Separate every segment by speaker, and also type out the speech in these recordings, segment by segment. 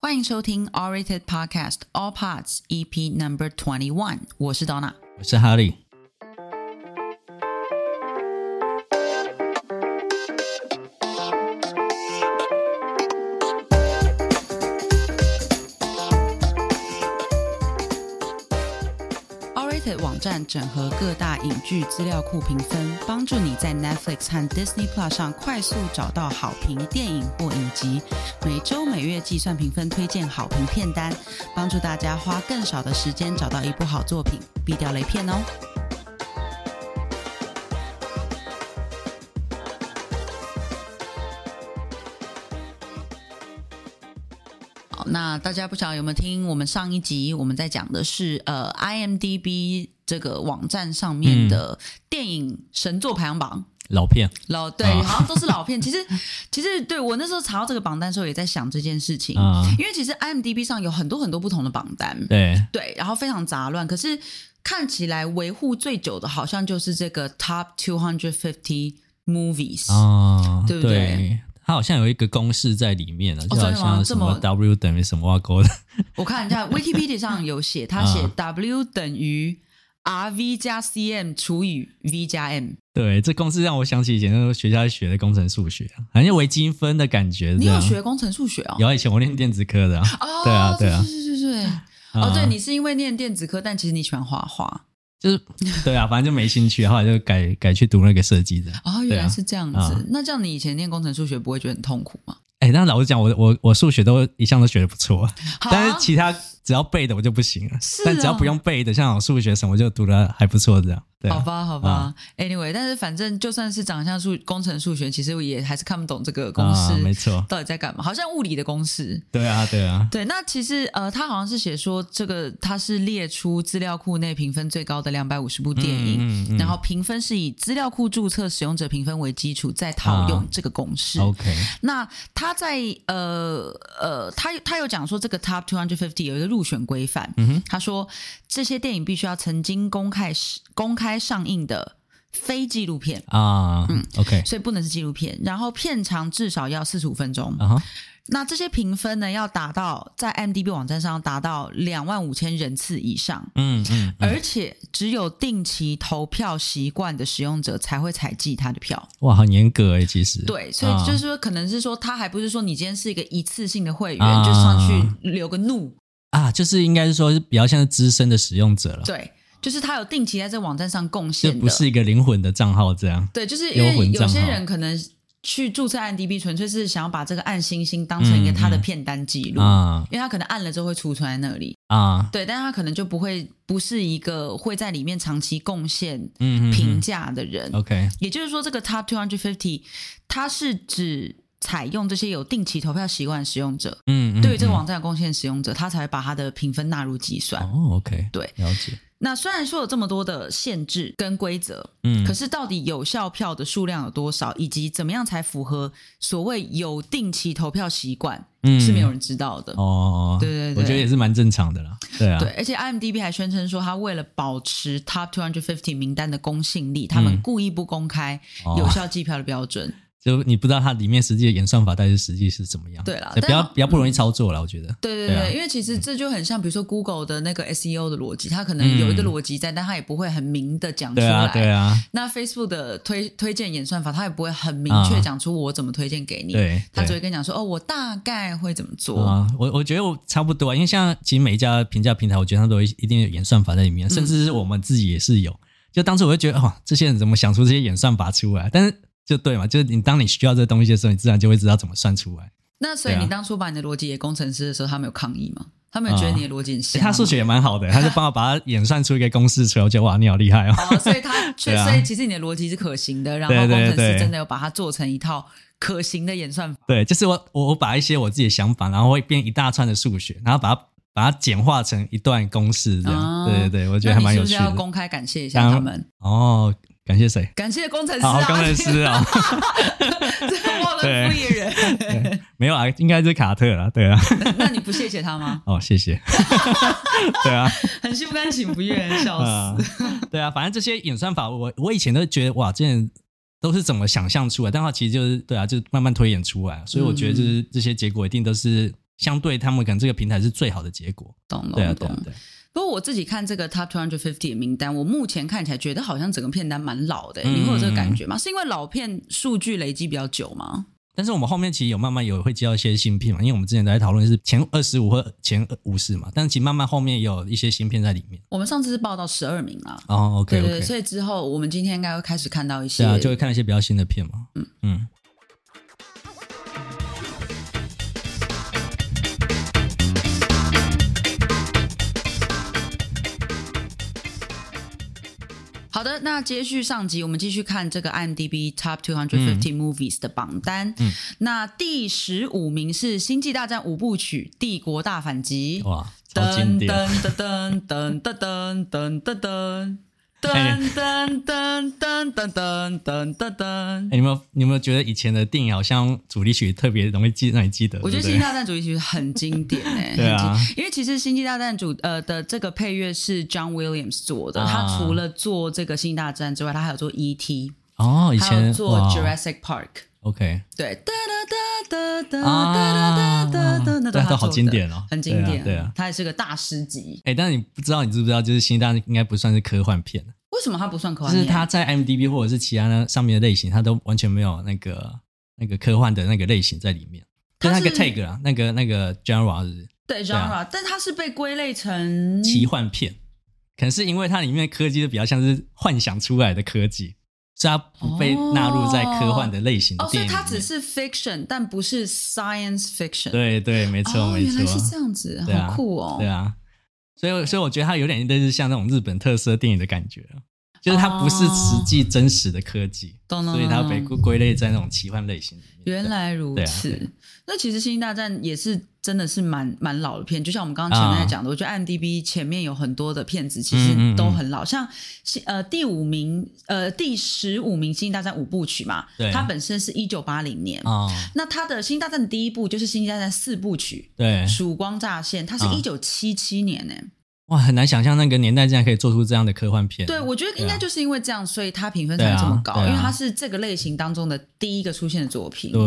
Speaker 1: 欢迎收听 All Rated Podcast All Parts EP Number Twenty One，我是 Donna。
Speaker 2: 我是哈利。
Speaker 1: All Rated 网站整合各大影剧资料库评分，帮助你在 Netflix 和 Disney Plus 上快速找到好评电影或影集。每周每月计算评分，推荐好评片单，帮助大家花更少的时间找到一部好作品，避掉雷片哦。好，那大家不晓得有没有听我们上一集，我们在讲的是呃 IMDB 这个网站上面的电影神作排行榜。
Speaker 2: 老片，
Speaker 1: 老对，
Speaker 2: 啊
Speaker 1: 好像都是老片。其实， 其实对我那时候查到这个榜单的时候，也在想这件事情，
Speaker 2: 啊
Speaker 1: 因为其实 IMDB 上有很多很多不同的榜单，
Speaker 2: 对，
Speaker 1: 对，然后非常杂乱。可是看起来维护最久的，好像就是这个 Top Two Hundred Fifty Movies。
Speaker 2: 哦，
Speaker 1: 对不对哦
Speaker 2: 它好像有一个公式在里面啊了，就
Speaker 1: 真的
Speaker 2: 好
Speaker 1: 吗
Speaker 2: 像
Speaker 1: 这
Speaker 2: 什
Speaker 1: 么
Speaker 2: 么 W 等于什么挂钩的，
Speaker 1: 我看一下 Wikipedia 上有写，他写
Speaker 2: 啊
Speaker 1: W 等于 RV 加 CM 除以 V 加 M。
Speaker 2: 对，这公式让我想起以前那时候学校在学的工程数学啊，好像微积分的感觉。
Speaker 1: 你
Speaker 2: 这
Speaker 1: 有
Speaker 2: 样
Speaker 1: 学工程数学哦？
Speaker 2: 啊有啊，以前我念电子 科的啊。
Speaker 1: 哦，
Speaker 2: 对啊对啊
Speaker 1: 是是是是。哦，对，你是因为念电子科，但其实你喜欢画画。
Speaker 2: 就是对啊，反正就没兴趣，后来就改改去读那个设计的。
Speaker 1: 哦，
Speaker 2: 对
Speaker 1: 原
Speaker 2: 啊
Speaker 1: 来是这样子。
Speaker 2: 啊
Speaker 1: 那这样你以前念工程数学不会觉得很痛苦 吗？
Speaker 2: 哎，但老实讲，我我我数学都一向都学的不错，啊
Speaker 1: 好
Speaker 2: 但是其他只要背的我就不行了。
Speaker 1: 啊是
Speaker 2: 但只要
Speaker 1: 啊
Speaker 2: 不用背的，像我数学什么就读的还不错，这样。对啊
Speaker 1: 好吧，好吧、a n y w a y 但是反正就算是长相数工程数学，其实我也还是看不懂这个公式、
Speaker 2: 啊没错
Speaker 1: 到底在干嘛。好像物理的公式，
Speaker 2: 对啊，对啊，
Speaker 1: 对，那其实呃，他好像是写说这个他是列出资料库内评分最高的两百五十部电影。
Speaker 2: 嗯嗯嗯
Speaker 1: 然后评分是以资料库注册使用者评分为基础，再套用这个公式。
Speaker 2: 啊 OK，
Speaker 1: 那他在呃呃，他他有讲说这个 Top Two Hundred Fifty 有一个入选规范，
Speaker 2: 嗯
Speaker 1: 他说这些电影必须要曾经公开公开上映的非纪录片，
Speaker 2: 啊、o
Speaker 1: 嗯
Speaker 2: k
Speaker 1: 所以不能是纪录片，然后片长至少要四十五分钟。
Speaker 2: 啊哈，
Speaker 1: 那这些评分呢，要达到在 m d b 网站上要达到两万五千人次以上。
Speaker 2: 嗯嗯，
Speaker 1: 而且只有定期投票习惯的使用者才会采集他的票。
Speaker 2: 哇，很严格哎，其实，
Speaker 1: 对，所以
Speaker 2: 啊
Speaker 1: 就是说，可能是说，他还不是说你今天是一个一次性的会员，
Speaker 2: 啊
Speaker 1: 就上去留个怒，
Speaker 2: 啊，就是应该是说是比较像是资深的使用者了，
Speaker 1: 对，就是他有定期在这网站上贡
Speaker 2: 这
Speaker 1: 献的，
Speaker 2: 不是一个灵魂的账号这样。
Speaker 1: 对，就是因为
Speaker 2: 幽魂
Speaker 1: 有
Speaker 2: 账号
Speaker 1: 些人可能去注册按 DB，纯粹是想要把这个按星星当成一个他的片单记录，
Speaker 2: 嗯啊
Speaker 1: 因为他可能按了之后会储存在那里，
Speaker 2: 啊，
Speaker 1: 对，但是他可能就不会不是一个会在里面长期贡献
Speaker 2: 嗯嗯哦
Speaker 1: 评价的人，
Speaker 2: ，OK，
Speaker 1: 也就是说，这个 Top Two Hundred Fifty，它是指采用这些有定期投票习惯的使用者。
Speaker 2: 嗯，嗯
Speaker 1: 对于这个网站的贡献使用者，他才会把他的评分纳入计算。
Speaker 2: 嗯哦，OK，
Speaker 1: 对，
Speaker 2: 了解，
Speaker 1: 那虽然说有这么多的限制跟规则，
Speaker 2: 嗯，
Speaker 1: 可是到底有效票的数量有多少，以及怎么样才符合所谓有定期投票习惯，
Speaker 2: 嗯
Speaker 1: 是没有人知道的。
Speaker 2: 哦，
Speaker 1: 对对对
Speaker 2: 我觉得也是蛮正常的啦，对啊，
Speaker 1: 对，而且 IMDB 还宣称说，他为了保持 Top 250名单的公信力，他们故意不公开
Speaker 2: 嗯哦
Speaker 1: 有效计票的标准。
Speaker 2: 就你不知道它里面实际的演算法到底是实际是怎么样，
Speaker 1: 对啦
Speaker 2: 所以比较
Speaker 1: 但嗯
Speaker 2: 比较不容易操作了，我觉得，
Speaker 1: 对对对，
Speaker 2: 对啊
Speaker 1: 因为其实这就很像，比如说 Google 的那个 SEO 的逻辑，它可能有一个逻辑在，但它也不会很明的讲出
Speaker 2: 嗯对
Speaker 1: 来。
Speaker 2: 啊，对啊，
Speaker 1: 那 Facebook 的推推荐演算法，它也不会很明确讲出我怎么推荐给你，
Speaker 2: 啊对
Speaker 1: 它只
Speaker 2: 对
Speaker 1: 会跟你讲说哦，我大概会怎么做。
Speaker 2: 啊，我我觉得我差不多啊，因为像其实每一家评价平台，我觉得它都有一一定有演算法在里
Speaker 1: 嗯
Speaker 2: 面，甚至是我们自己也是有。就当初我就觉得，哦，这些人怎么想出这些演算法出来？但是就对嘛，就是你当你需要这东西的时候，你自然就会知道怎么算出来。
Speaker 1: 那所以
Speaker 2: 对啊
Speaker 1: 你当初把你的逻辑给工程师的时候，他们有抗议吗？他们有觉得你的逻辑很
Speaker 2: 啊诶
Speaker 1: 瞎、
Speaker 2: 他数。学也蛮好的，他就帮我把它演算出一个公式出来，我觉得哇，你好 厉害哦！
Speaker 1: 哦，所以 他确，
Speaker 2: 对啊
Speaker 1: 所以其实你的逻辑是可行的，然后工
Speaker 2: 对对
Speaker 1: 程师
Speaker 2: 对
Speaker 1: 真的有把它做成一套可行的演算法。
Speaker 2: 对，就是我我我把一些我自己的想法，然后会变一大串的数学，然后把它把它简化成一段公式这样。
Speaker 1: 啊
Speaker 2: 对对对，我觉得还蛮有
Speaker 1: 那你
Speaker 2: 趣
Speaker 1: 是不是要
Speaker 2: 的。
Speaker 1: 公开感谢一下
Speaker 2: 当
Speaker 1: 他们？
Speaker 2: 哦，感谢谁？
Speaker 1: 感谢工程师
Speaker 2: 好，
Speaker 1: 啊，
Speaker 2: 工 程师啊、
Speaker 1: 忘了敷衍人。
Speaker 2: 没有啊，应该是卡特了，对啊。
Speaker 1: 那你不谢谢他吗？
Speaker 2: 哦，谢谢。对啊，
Speaker 1: 很心不甘情不愿，笑
Speaker 2: 啊
Speaker 1: 死。，
Speaker 2: 对啊，反正这些演算法，我我以前都觉得哇，这人都是怎
Speaker 1: 嗯
Speaker 2: 啊么想象出来，但它其实就是对啊，就慢慢推演出来，所以我觉得就是这些结果一定都是相对他们可能这个平台是最好的结果。
Speaker 1: 懂懂懂。
Speaker 2: 对啊，对啊，对啊。
Speaker 1: 不过我自己看这个 Top 250的名单，我目前看起来觉得好像整个片单蛮老的、欸
Speaker 2: 嗯
Speaker 1: 你会有这个感觉吗？是因为老片数据累积比较久吗？
Speaker 2: 但是我们后面其实有慢慢有会接到一些新片嘛，因为我们之前都在讨论是前二十五或前五十嘛，但其实慢慢后面也有一些新片在里面。
Speaker 1: 我们上次是报到十二名啦。
Speaker 2: 哦，OK
Speaker 1: 对对
Speaker 2: OK，
Speaker 1: 对，所以之后我们今天应该会开始看到一些，
Speaker 2: 对啊，就会看一些比较新的片嘛。嗯嗯，
Speaker 1: 好的，那接续上集，我们继续看这个 IMDb Top 250 Movies 的榜单。
Speaker 2: 嗯
Speaker 1: 那第十五名是《星际大战》五部曲《帝国大反击》。
Speaker 2: 哇，超经
Speaker 1: 噔
Speaker 2: 典。啊
Speaker 1: 噔噔噔噔噔噔噔噔噔。噔噔噔噔噔噔噔噔
Speaker 2: 哎，
Speaker 1: 噔！
Speaker 2: 你有没有你有没有觉得以前的电影好像主题曲特别容易记让你记得？
Speaker 1: 我觉得《
Speaker 2: 对
Speaker 1: 星际
Speaker 2: 不对
Speaker 1: 大战》主题曲很经典哎、
Speaker 2: 对啊
Speaker 1: 很经因为其实《星际大战主》呃的这个配乐是 John Williams 做的，
Speaker 2: 啊
Speaker 1: 他除了做这个《星际大战》之外，他还有做 E.T.，
Speaker 2: 哦，以
Speaker 1: 还有
Speaker 2: 前
Speaker 1: 做
Speaker 2: 哇
Speaker 1: Jurassic Park。
Speaker 2: OK
Speaker 1: 对，哒哒哒哒哒
Speaker 2: 啊
Speaker 1: 哒哒哒哒，那
Speaker 2: 对
Speaker 1: 都
Speaker 2: 啊
Speaker 1: 他
Speaker 2: 都好
Speaker 1: 做
Speaker 2: 经
Speaker 1: 的
Speaker 2: 典哦
Speaker 1: 很经典，
Speaker 2: 对啊对啊
Speaker 1: 他也是个大师级。
Speaker 2: 哎、但是你不知道，你知不知道，就是《星际大战》应该不算是科幻片，啊
Speaker 1: 为什么他不算科
Speaker 2: 就
Speaker 1: 幻片？
Speaker 2: 是它在 m d b 或者是其他那上面的类型，它都完全没有那个那个科幻的那个类型在里面。就
Speaker 1: 它
Speaker 2: 那
Speaker 1: 是
Speaker 2: 个 tag 啊，那个那个 genre 是不是
Speaker 1: 对
Speaker 2: 对啊
Speaker 1: genre，但他是被归类成
Speaker 2: 奇幻片，可能是因为它里面的科技就比较像是幻想出来的科技，所以它不被纳入在科幻的类型的
Speaker 1: 哦，所
Speaker 2: 电
Speaker 1: 以
Speaker 2: 影里
Speaker 1: 它
Speaker 2: 面。
Speaker 1: 只是 fiction，但不是 science fiction。，
Speaker 2: 对对，没错、
Speaker 1: 哦，
Speaker 2: 没
Speaker 1: 原
Speaker 2: 错，
Speaker 1: 来是这样子，
Speaker 2: 对啊
Speaker 1: 好酷哦。
Speaker 2: 对啊，所以所以我觉得它有点类似像那种日本特色电影的感觉，啊就是它不是实
Speaker 1: 哦
Speaker 2: 际真实的科技，
Speaker 1: 懂了
Speaker 2: 所以它被归归类在那种奇幻类型里面。
Speaker 1: 嗯原来如此。
Speaker 2: 对啊对
Speaker 1: 那其实《星际大战》也是真的是蛮蛮老的片，就像我们刚刚前面在讲的，我觉得 IMDB 前面有很多的片子其实
Speaker 2: 啊嗯嗯嗯
Speaker 1: 都很老，像星呃第五名呃第十五名《星际大战》五部曲嘛，
Speaker 2: 对
Speaker 1: 它本身是一九八零年。
Speaker 2: 哦，
Speaker 1: 那它的《星际大战》第一部就是《星际大战》四部曲
Speaker 2: 对
Speaker 1: 《曙光乍现》，它是
Speaker 2: 哎啊
Speaker 1: 一九七七年欸呢、
Speaker 2: 哇，很难想象那个年代竟然可以做出这样的科幻片。
Speaker 1: 对，我觉得应
Speaker 2: 对
Speaker 1: 该
Speaker 2: 啊
Speaker 1: 就是因为这样，所以它评分才会这么高，
Speaker 2: 对啊对啊
Speaker 1: 因为它是这个类型当中的第一个出现的作品。
Speaker 2: 对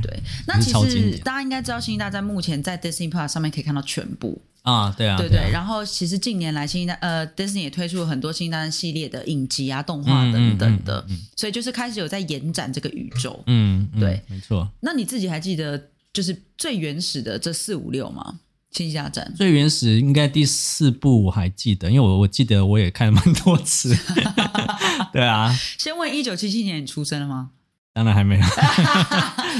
Speaker 1: 对，那其
Speaker 2: 超经
Speaker 1: 实
Speaker 2: 典
Speaker 1: 大家应该知道，《星际大战》目前在 Disney Plus 上面可以看到全部，
Speaker 2: 啊，对啊，
Speaker 1: 对
Speaker 2: 啊
Speaker 1: 对。然后其实近年来，《星际大》呃 Disney 也推出了很多《星际大战》系列的影集啊、动画等等的，
Speaker 2: 嗯嗯嗯嗯
Speaker 1: 所以就是开始有在延展这个宇宙。
Speaker 2: 嗯，嗯
Speaker 1: 对，
Speaker 2: 没错。
Speaker 1: 那你自己还记得就是最原始的这四五六吗？《星际大战》
Speaker 2: 最原始应该第四部我还记得，因为我我记得我也看了蛮多次。 对啊，
Speaker 1: 先问一九七七年你出生了吗？
Speaker 2: 当然 还没有，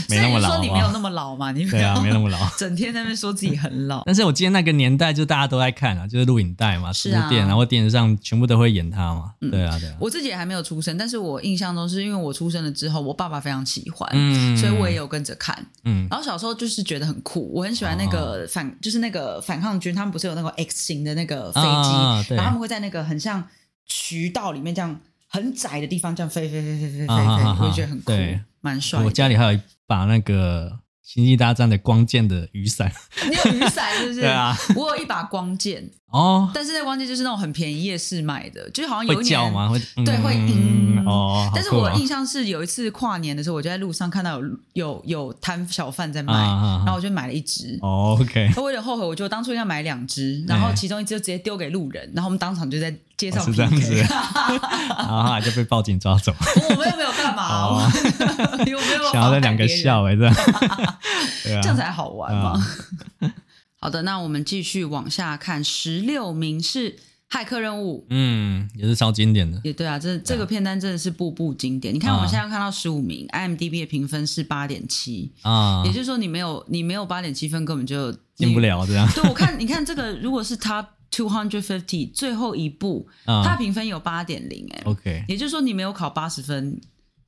Speaker 2: 没那
Speaker 1: 所
Speaker 2: 么
Speaker 1: 以
Speaker 2: 老
Speaker 1: 说你
Speaker 2: 好不
Speaker 1: 没有
Speaker 2: 好
Speaker 1: 那么老嘛？你
Speaker 2: 对啊，没那么老。
Speaker 1: 整天在那边说自己很老。
Speaker 2: 但是我记得那个年代就大家都在看啊，就是录影带嘛，书
Speaker 1: 是啊嗯
Speaker 2: 店然后电视上全部都会演它嘛。对啊，对啊。
Speaker 1: 我自己也还没有出生，但是我印象中是因为我出生了之后，我爸爸非常喜欢，
Speaker 2: 嗯
Speaker 1: 所以我也有跟着看。
Speaker 2: 嗯
Speaker 1: 然后小时候就是觉得很酷，我很喜欢那
Speaker 2: 哦
Speaker 1: 个反，就是那个反抗军，他们不是有那个 X 型的那个飞机，
Speaker 2: 啊对
Speaker 1: 然后他们会在那个很像渠道里面这样很窄的地方这样飞飞飞飞飞飞飞，
Speaker 2: 啊啊啊啊
Speaker 1: 我就觉得很酷
Speaker 2: 对，
Speaker 1: 蛮帅的。
Speaker 2: 我家里还有一把那个《星际大战》的光剑的雨伞。
Speaker 1: 你有雨伞是不是？
Speaker 2: 对啊，
Speaker 1: 我有一把光剑，
Speaker 2: 哦，
Speaker 1: 但是那光剑就是那种很便宜夜市卖的，就是好像有
Speaker 2: 会
Speaker 1: 一
Speaker 2: 叫
Speaker 1: 年
Speaker 2: 吗？会
Speaker 1: 对
Speaker 2: 嗯
Speaker 1: 会嗯
Speaker 2: 哦，好
Speaker 1: 但是
Speaker 2: 酷
Speaker 1: 我
Speaker 2: 哦
Speaker 1: 印象是有一次跨年的时候，我就在路上看到有有有摊小贩在卖，
Speaker 2: 啊啊啊
Speaker 1: 然后我就买了一只。
Speaker 2: 哦，OK，
Speaker 1: 我有点后悔，我就当初应该买两只，然后其中一只就直接丢给路人，然后我们当场就在街上
Speaker 2: 哦是这样
Speaker 1: PK
Speaker 2: 子然后后来就被报警抓 走，
Speaker 1: 我们又没有干嘛，我
Speaker 2: 哦
Speaker 1: 们又没有
Speaker 2: 想要
Speaker 1: 在
Speaker 2: 在两个笑，哎，这样，对
Speaker 1: 这样
Speaker 2: 啊，
Speaker 1: 才好玩嘛。
Speaker 2: 嗯
Speaker 1: 好的，那我们继续往下看，十六名是骇客任务。
Speaker 2: 嗯，也是超经典的，
Speaker 1: 也对啊，这这个片单真的是步步经典。你
Speaker 2: 啊
Speaker 1: 看，我们现在看到十五名、i m d b 的评分是八点七，
Speaker 2: 啊
Speaker 1: 也，就是说你没有你没有八点七分，根本就
Speaker 2: 进不。
Speaker 1: 你
Speaker 2: 了这样，
Speaker 1: 对，我看 你看这个，如果是 Top Two Hundred Fifty 最后一步，
Speaker 2: 啊
Speaker 1: 它评分有八点零，哎，
Speaker 2: ，OK，，
Speaker 1: 也就是说你没有考八十分，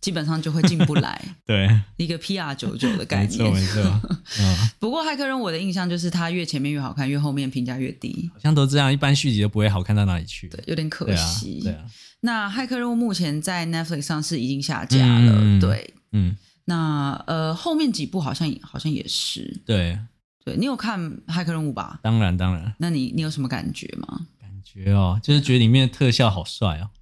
Speaker 1: 基本上就会进不来
Speaker 2: 对，
Speaker 1: 一个 PR 九九的概
Speaker 2: 没错没
Speaker 1: 念。
Speaker 2: 错，嗯，
Speaker 1: 不过骇客任务我的印象就是它越前面越好看，越后面评价越低，
Speaker 2: 好像都这样，一般续集都不会好看到哪里去，
Speaker 1: 对，有点可
Speaker 2: 对啊
Speaker 1: 惜。，
Speaker 2: 对啊，
Speaker 1: 那骇客任务目前在 Netflix 上是已经下架了，
Speaker 2: 嗯嗯嗯
Speaker 1: 对。
Speaker 2: 嗯，
Speaker 1: 那呃，后面几部好像也好像也是，
Speaker 2: 对，
Speaker 1: 对你有看《骇客任务》吧？
Speaker 2: 当然当然，
Speaker 1: 那你你有什么感觉吗？
Speaker 2: 感觉哦，就是觉得里面的特效好帅哦。
Speaker 1: 啊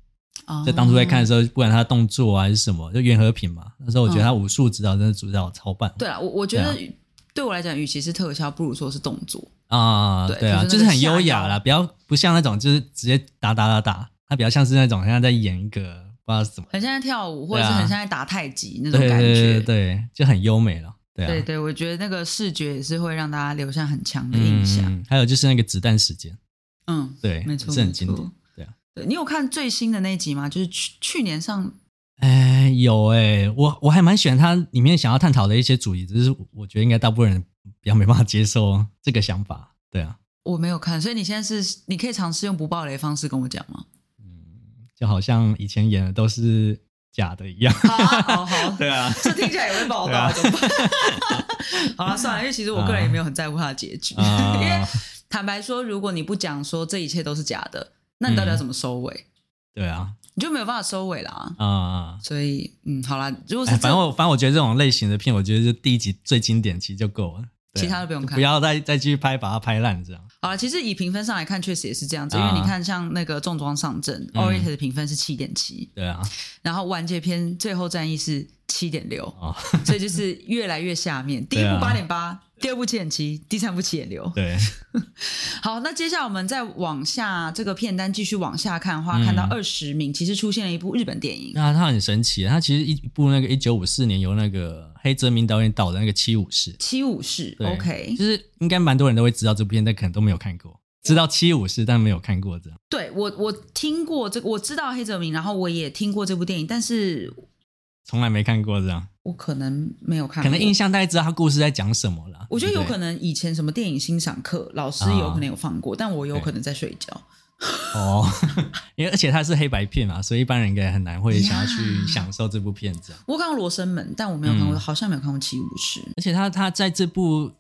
Speaker 2: 在当初在看的时候，不管他动作啊还是什么，就袁和平嘛，那时候我觉得他武术指导真的指导超棒。
Speaker 1: 对啊，我我觉得对,、对我来讲，与其是特效，不如说是动作。
Speaker 2: 啊、
Speaker 1: 对
Speaker 2: 对啊，
Speaker 1: 就是那个
Speaker 2: 就是很优雅啦，
Speaker 1: 下
Speaker 2: 比较不像那种就是直接打打打打，它比较像是那种像在演一个不知道是怎么，
Speaker 1: 很像在跳舞，或
Speaker 2: 对啊
Speaker 1: 者是很像在打太极那
Speaker 2: 对
Speaker 1: 种
Speaker 2: 对
Speaker 1: 感
Speaker 2: 对
Speaker 1: 觉。
Speaker 2: 对对，就很优美了，对啊，
Speaker 1: 对对我觉得那个视觉也是会让大家留下很强的印象。
Speaker 2: 嗯，还有就是那个子弹时间，
Speaker 1: 嗯，
Speaker 2: 对，
Speaker 1: 没错
Speaker 2: 是很
Speaker 1: 没
Speaker 2: 经
Speaker 1: 错
Speaker 2: 典，对啊，
Speaker 1: 对你有看最新的那一集吗？就是去去年上，
Speaker 2: 哎，有哎、我我还蛮喜欢它里面想要探讨的一些主题，只是我觉得应该大部分人比较没办法接受这个想法，对啊，
Speaker 1: 我没有看，所以你现在是你可以尝试用不暴雷的方式跟我讲吗？
Speaker 2: 就好像以前演的都是假的一样，
Speaker 1: 好啊好好，
Speaker 2: 对啊，
Speaker 1: 这听起来也会爆
Speaker 2: 对啊
Speaker 1: 到，怎么办？ 好了，算了，因为其实我个人也没有很在乎它的结局，
Speaker 2: 啊
Speaker 1: 因 为坦白说，如果你不讲说这一切都是假的，那你到
Speaker 2: 嗯
Speaker 1: 底要怎么收尾？
Speaker 2: 对啊，
Speaker 1: 你就没有办法收尾啦。
Speaker 2: 啊、
Speaker 1: 所以，嗯，好啦，如果是
Speaker 2: 哎，
Speaker 1: 这
Speaker 2: 反正我反正我觉得这种类型的片，我觉得就第一集最经典，其实就够了，对啊
Speaker 1: 其他都不用看
Speaker 2: 不要再再继续拍，把它拍烂这样。
Speaker 1: 好了，其实以评分上来看，确实也是这样子，因
Speaker 2: 啊
Speaker 1: 为你看像那个重装上阵
Speaker 2: 嗯
Speaker 1: o r i e t 的评分是七点七，
Speaker 2: 对啊，
Speaker 1: 然后完结篇最后战役是七点六，
Speaker 2: 哦，
Speaker 1: 所以就是越来越下面。第一
Speaker 2: 对
Speaker 1: 部
Speaker 2: 啊
Speaker 1: 八点八，第二部七点七，第三部七点六。
Speaker 2: 对，
Speaker 1: 好，那接下来我们再往下这个片单继续往下看的话，
Speaker 2: 嗯
Speaker 1: 看到二十名，其实出现了一部日本电影。
Speaker 2: 那它很神奇，啊它其实一一部那个一九五四年由那个黑泽明导演导的那个《七武士》
Speaker 1: 七武士
Speaker 2: 对
Speaker 1: ，OK，
Speaker 2: 就是应该蛮多人都会知道这部片，但可能都没有看过，知道《七武士》但没有看过这样。
Speaker 1: 对我我听过这个，我知道黑泽明，然后我也听过这部电影，但是
Speaker 2: 从来没看过这样，
Speaker 1: 我可能没有看
Speaker 2: 可
Speaker 1: 过，
Speaker 2: 能印象大概知道他故事在讲什么了。
Speaker 1: 嗯我觉得有可
Speaker 2: 能
Speaker 1: 能以前什么电影欣赏课，老
Speaker 2: 啊
Speaker 1: 师有可能有放过，但我有可能在睡觉。
Speaker 2: 哦， 因为而且它是黑白片嘛，所以一般人应该很难会想要去
Speaker 1: 呀
Speaker 2: 享受这部片这样。
Speaker 1: 我看过《罗生门》，但我没有看过，
Speaker 2: 嗯
Speaker 1: 好像没有看过《七武士》。
Speaker 2: 而且他他在这部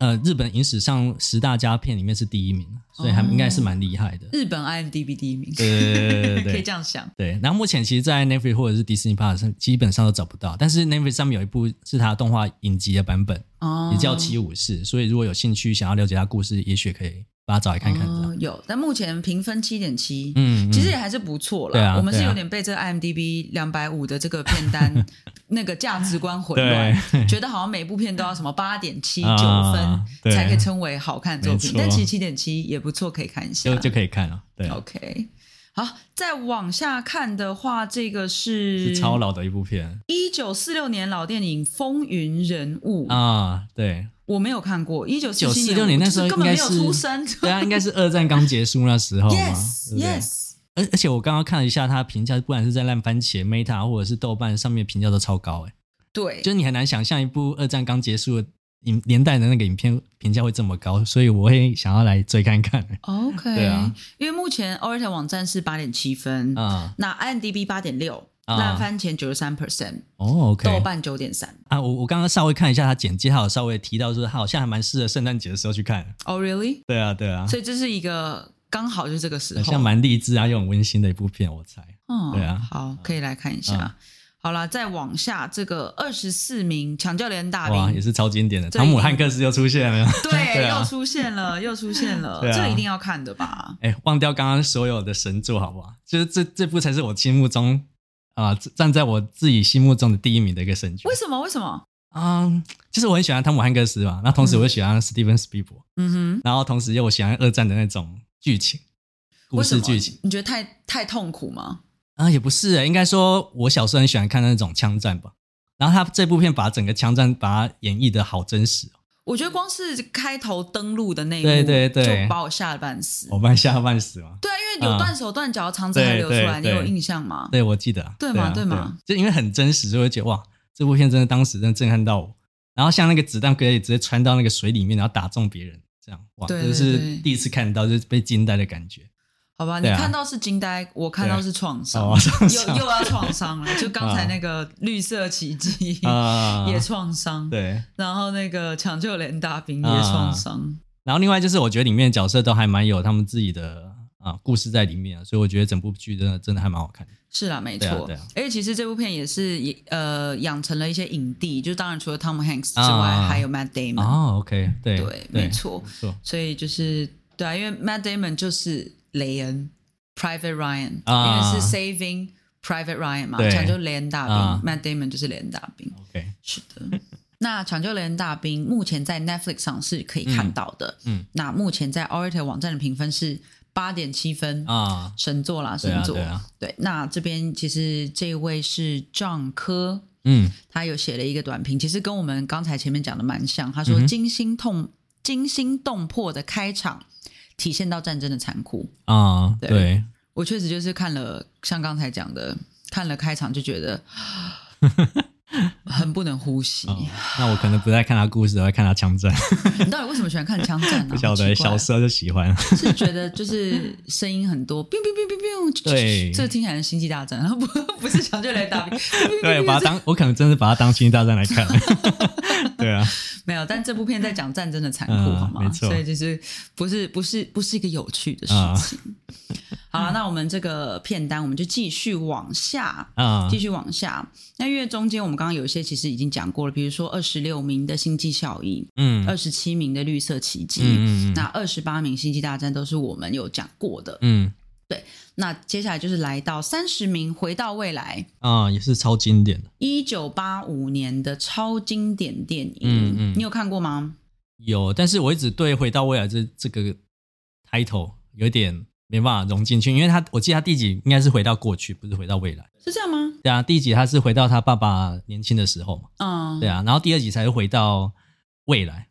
Speaker 2: 呃日本影史上十大佳片里面是第一名，所以还
Speaker 1: 哦
Speaker 2: 应该是蛮厉害的。
Speaker 1: 日本 IMDB 第一名，
Speaker 2: 对对对对
Speaker 1: 哦 可以
Speaker 2: 对
Speaker 1: 这样想。
Speaker 2: 对。然后目前其实，在 Netflix 或者是 Disney Plus 上基本上都找不到，但是 Netflix 上面有一部是它的动画影集的版本，
Speaker 1: 哦，
Speaker 2: 也叫《七武士》，所以如果有兴趣想要了解它故事，也许可以把它找来看看这样。
Speaker 1: 哦，有，但目前评分七点七，
Speaker 2: 嗯，嗯
Speaker 1: 其实也还是不错了。
Speaker 2: 对啊
Speaker 1: 我们是
Speaker 2: 对啊
Speaker 1: 有点被这个 IMDB 两百五的这个片 单那个价值观混乱，
Speaker 2: 对
Speaker 1: 觉得好像每部片都要什么八点七
Speaker 2: 啊
Speaker 1: 九分
Speaker 2: 对
Speaker 1: 才可以称为好看的作品
Speaker 2: 没，错
Speaker 1: 但其实七点七也不错，可以看一下
Speaker 2: 就。就可以看了。对啊，
Speaker 1: OK，好，再往下看的话，这个
Speaker 2: 是
Speaker 1: 是
Speaker 2: 超老的一部片
Speaker 1: 一九四六年老电影《风云人物》
Speaker 2: 啊，对。
Speaker 1: 我没有看过。一九
Speaker 2: 九四
Speaker 1: 七
Speaker 2: 六年那时候
Speaker 1: 根
Speaker 2: 应
Speaker 1: 本
Speaker 2: 该
Speaker 1: 没
Speaker 2: 是
Speaker 1: 有出生。
Speaker 2: 对啊，应该是二战刚结束那时候 嘛
Speaker 1: yes
Speaker 2: 对不对
Speaker 1: yes，
Speaker 2: 而而且我刚刚看了一下他评价，不管是在烂番茄、Meta 或者是豆瓣上面评价都超高，哎，
Speaker 1: 对，
Speaker 2: 就是你很难想象一部二战刚结束的影年代的那个影片评价会这么高，所以我会想要来追看看
Speaker 1: OK，
Speaker 2: 对啊
Speaker 1: 因为目前 o r a t 网站是八点七分，
Speaker 2: 啊。
Speaker 1: 那 IMDB 八点六，
Speaker 2: 啊
Speaker 1: 烂番茄九十三 percent，
Speaker 2: 哦，OK，
Speaker 1: 豆瓣九点三。
Speaker 2: 啊，我我刚刚稍微看一下他简介，他有稍微提到说他好像还蛮适合圣诞节的时候去看。
Speaker 1: 哦、oh,，really？
Speaker 2: 对啊，对啊，
Speaker 1: 所以这是一个刚好就是这个时
Speaker 2: 好
Speaker 1: 候，
Speaker 2: 像蛮励志啊又很温馨的一部片，我猜。
Speaker 1: 哦，
Speaker 2: 对啊
Speaker 1: 好，可以来看一下。
Speaker 2: 嗯
Speaker 1: 好啦，再往下，这个二十四名抢教练大
Speaker 2: 哇，
Speaker 1: 兵
Speaker 2: 也是超经典的，
Speaker 1: 这
Speaker 2: 汤姆
Speaker 1: 一定
Speaker 2: 汉克斯又出现了。
Speaker 1: 对，
Speaker 2: 对啊
Speaker 1: 又出现 了，又出现了，
Speaker 2: 对啊
Speaker 1: 这一定要看的吧？
Speaker 2: 哎，忘掉刚刚所有的神作好不好？就是这这部才是我心目中啊、站站在我自己心目中的第一名的一个神剧
Speaker 1: 为什么？为什么？
Speaker 2: 啊、就是我很喜欢汤姆汉克斯嘛，那同时我又喜欢史蒂芬史匹伯，
Speaker 1: 嗯哼，
Speaker 2: 然后同时又喜欢二战的那种剧情、故
Speaker 1: 为什
Speaker 2: 事
Speaker 1: 么
Speaker 2: 剧情，
Speaker 1: 你觉得太太痛苦吗？
Speaker 2: 啊、也不是、欸，应该说我小时候很喜欢看那种枪战吧。然后他这部片把整个枪战把它演绎的好真实哦，
Speaker 1: 我觉得光是开头登录的那一幕，
Speaker 2: 对对对
Speaker 1: 就把我吓得半死。
Speaker 2: 我半吓半死嘛。
Speaker 1: 对啊，因为有
Speaker 2: 啊
Speaker 1: 断手断脚的肠子还
Speaker 2: 对
Speaker 1: 流出来，你
Speaker 2: 对
Speaker 1: 有
Speaker 2: 对
Speaker 1: 印象吗？
Speaker 2: 对，我记得啊，
Speaker 1: 对嘛
Speaker 2: 啊
Speaker 1: 对嘛，
Speaker 2: 就因为很真实，所以我就觉得哇，这部片真的当时真的震撼到我。然后像那个子弹可以直接穿到那个水里面，然后打中别人，这样哇，
Speaker 1: 对
Speaker 2: 这
Speaker 1: 对
Speaker 2: 是
Speaker 1: 对
Speaker 2: 第一次看到就是被惊呆的感觉。
Speaker 1: 好吧，你
Speaker 2: 对啊
Speaker 1: 看到是惊呆，我看到是创伤
Speaker 2: 哦，，上
Speaker 1: 又又要创伤 了。就刚才
Speaker 2: 啊
Speaker 1: 那个绿色奇迹
Speaker 2: 啊，
Speaker 1: 也创伤，
Speaker 2: 对。啊
Speaker 1: 然后那个抢救连大兵也创伤。
Speaker 2: 然后另外就是我觉得里面的角色都还蛮有他们自己的啊故事在里面啊，所以我觉得整部剧真的真的还蛮好看的。
Speaker 1: 是啦，没
Speaker 2: 对啊
Speaker 1: 错
Speaker 2: 对啊。
Speaker 1: 而且其实这部片也是也呃养成了一些影帝，就当然除了 Tom Hanks 之外，
Speaker 2: 啊
Speaker 1: 还有 Matt Damon。
Speaker 2: 哦，OK，对
Speaker 1: 对，没，错
Speaker 2: 没。错
Speaker 1: 所以就是对啊，因为 Matt Damon 就是雷恩 Private Ryan，、
Speaker 2: 啊
Speaker 1: 因为是 Saving Private Ryan 嘛，
Speaker 2: 对
Speaker 1: 讲就雷恩大兵、
Speaker 2: 啊
Speaker 1: m a t t Damon 就是雷恩大兵。
Speaker 2: ，OK。
Speaker 1: 是的， 那《抢救雷恩大兵》目前在 Netflix 上是可以看到的。
Speaker 2: 嗯嗯
Speaker 1: 那目前在 Orator 网站的评分是八点七分，
Speaker 2: 啊，
Speaker 1: 神作啦，
Speaker 2: 对
Speaker 1: 神
Speaker 2: 啊
Speaker 1: 作。
Speaker 2: 对啊，
Speaker 1: 对那这边其实这位是 John 科，
Speaker 2: 嗯
Speaker 1: 他有写了一个短评，其实跟我们刚才前面讲的蛮像。他
Speaker 2: 嗯
Speaker 1: 说：“惊心痛、惊心动魄的开场，体现到战争的残酷。”
Speaker 2: 啊，
Speaker 1: 对
Speaker 2: 对，
Speaker 1: 我确实就是看了，像刚才讲的，看了开场就觉得 很不能呼吸。
Speaker 2: 哦那我可能不再看他故事，我在看他枪战，
Speaker 1: 你到底为什么喜欢看枪战呢、啊
Speaker 2: 不晓
Speaker 1: 好
Speaker 2: 得
Speaker 1: 奇怪
Speaker 2: 小时候就 喜欢，
Speaker 1: 是觉得就是声音很多，biu biu biu biu biu，
Speaker 2: 对
Speaker 1: 这听起来很星际大战， 不不是抢救雷达兵，
Speaker 2: 对，我把它当我可能真是把它当星际大战来 看，对啊，
Speaker 1: 没有，但这部片在讲战争的残酷，
Speaker 2: 嗯
Speaker 1: 好吗？
Speaker 2: 没错
Speaker 1: 所以就是不是不是不是一个有趣的事情。
Speaker 2: 啊
Speaker 1: 好了，那我们这个片单我们就继续往下。
Speaker 2: 啊
Speaker 1: 继续往下，那因为中间我们刚刚有一些其实已经讲过了，比如说二十六名的《星际效应》，
Speaker 2: 嗯
Speaker 1: 二十七名的《绿色奇迹》
Speaker 2: 嗯嗯嗯
Speaker 1: 呃那二十八名《星际大战》都是我们有讲过的。
Speaker 2: 嗯
Speaker 1: 那接下来就是来到三十名，《回到未来》
Speaker 2: 啊，也是超经典的，
Speaker 1: 一九八五年的超经典电影，
Speaker 2: 嗯嗯
Speaker 1: 你有看过吗？
Speaker 2: 有，但是我一直对《回到未来》这这个 title 有点没办法融进去，因为他我记得他第几应该是回到过去，不是回到未来。
Speaker 1: 是这样吗？
Speaker 2: 对啊，第一集他是回到他爸爸年轻的时候嘛，
Speaker 1: 嗯，
Speaker 2: 对啊，然后第二集才是回到未来，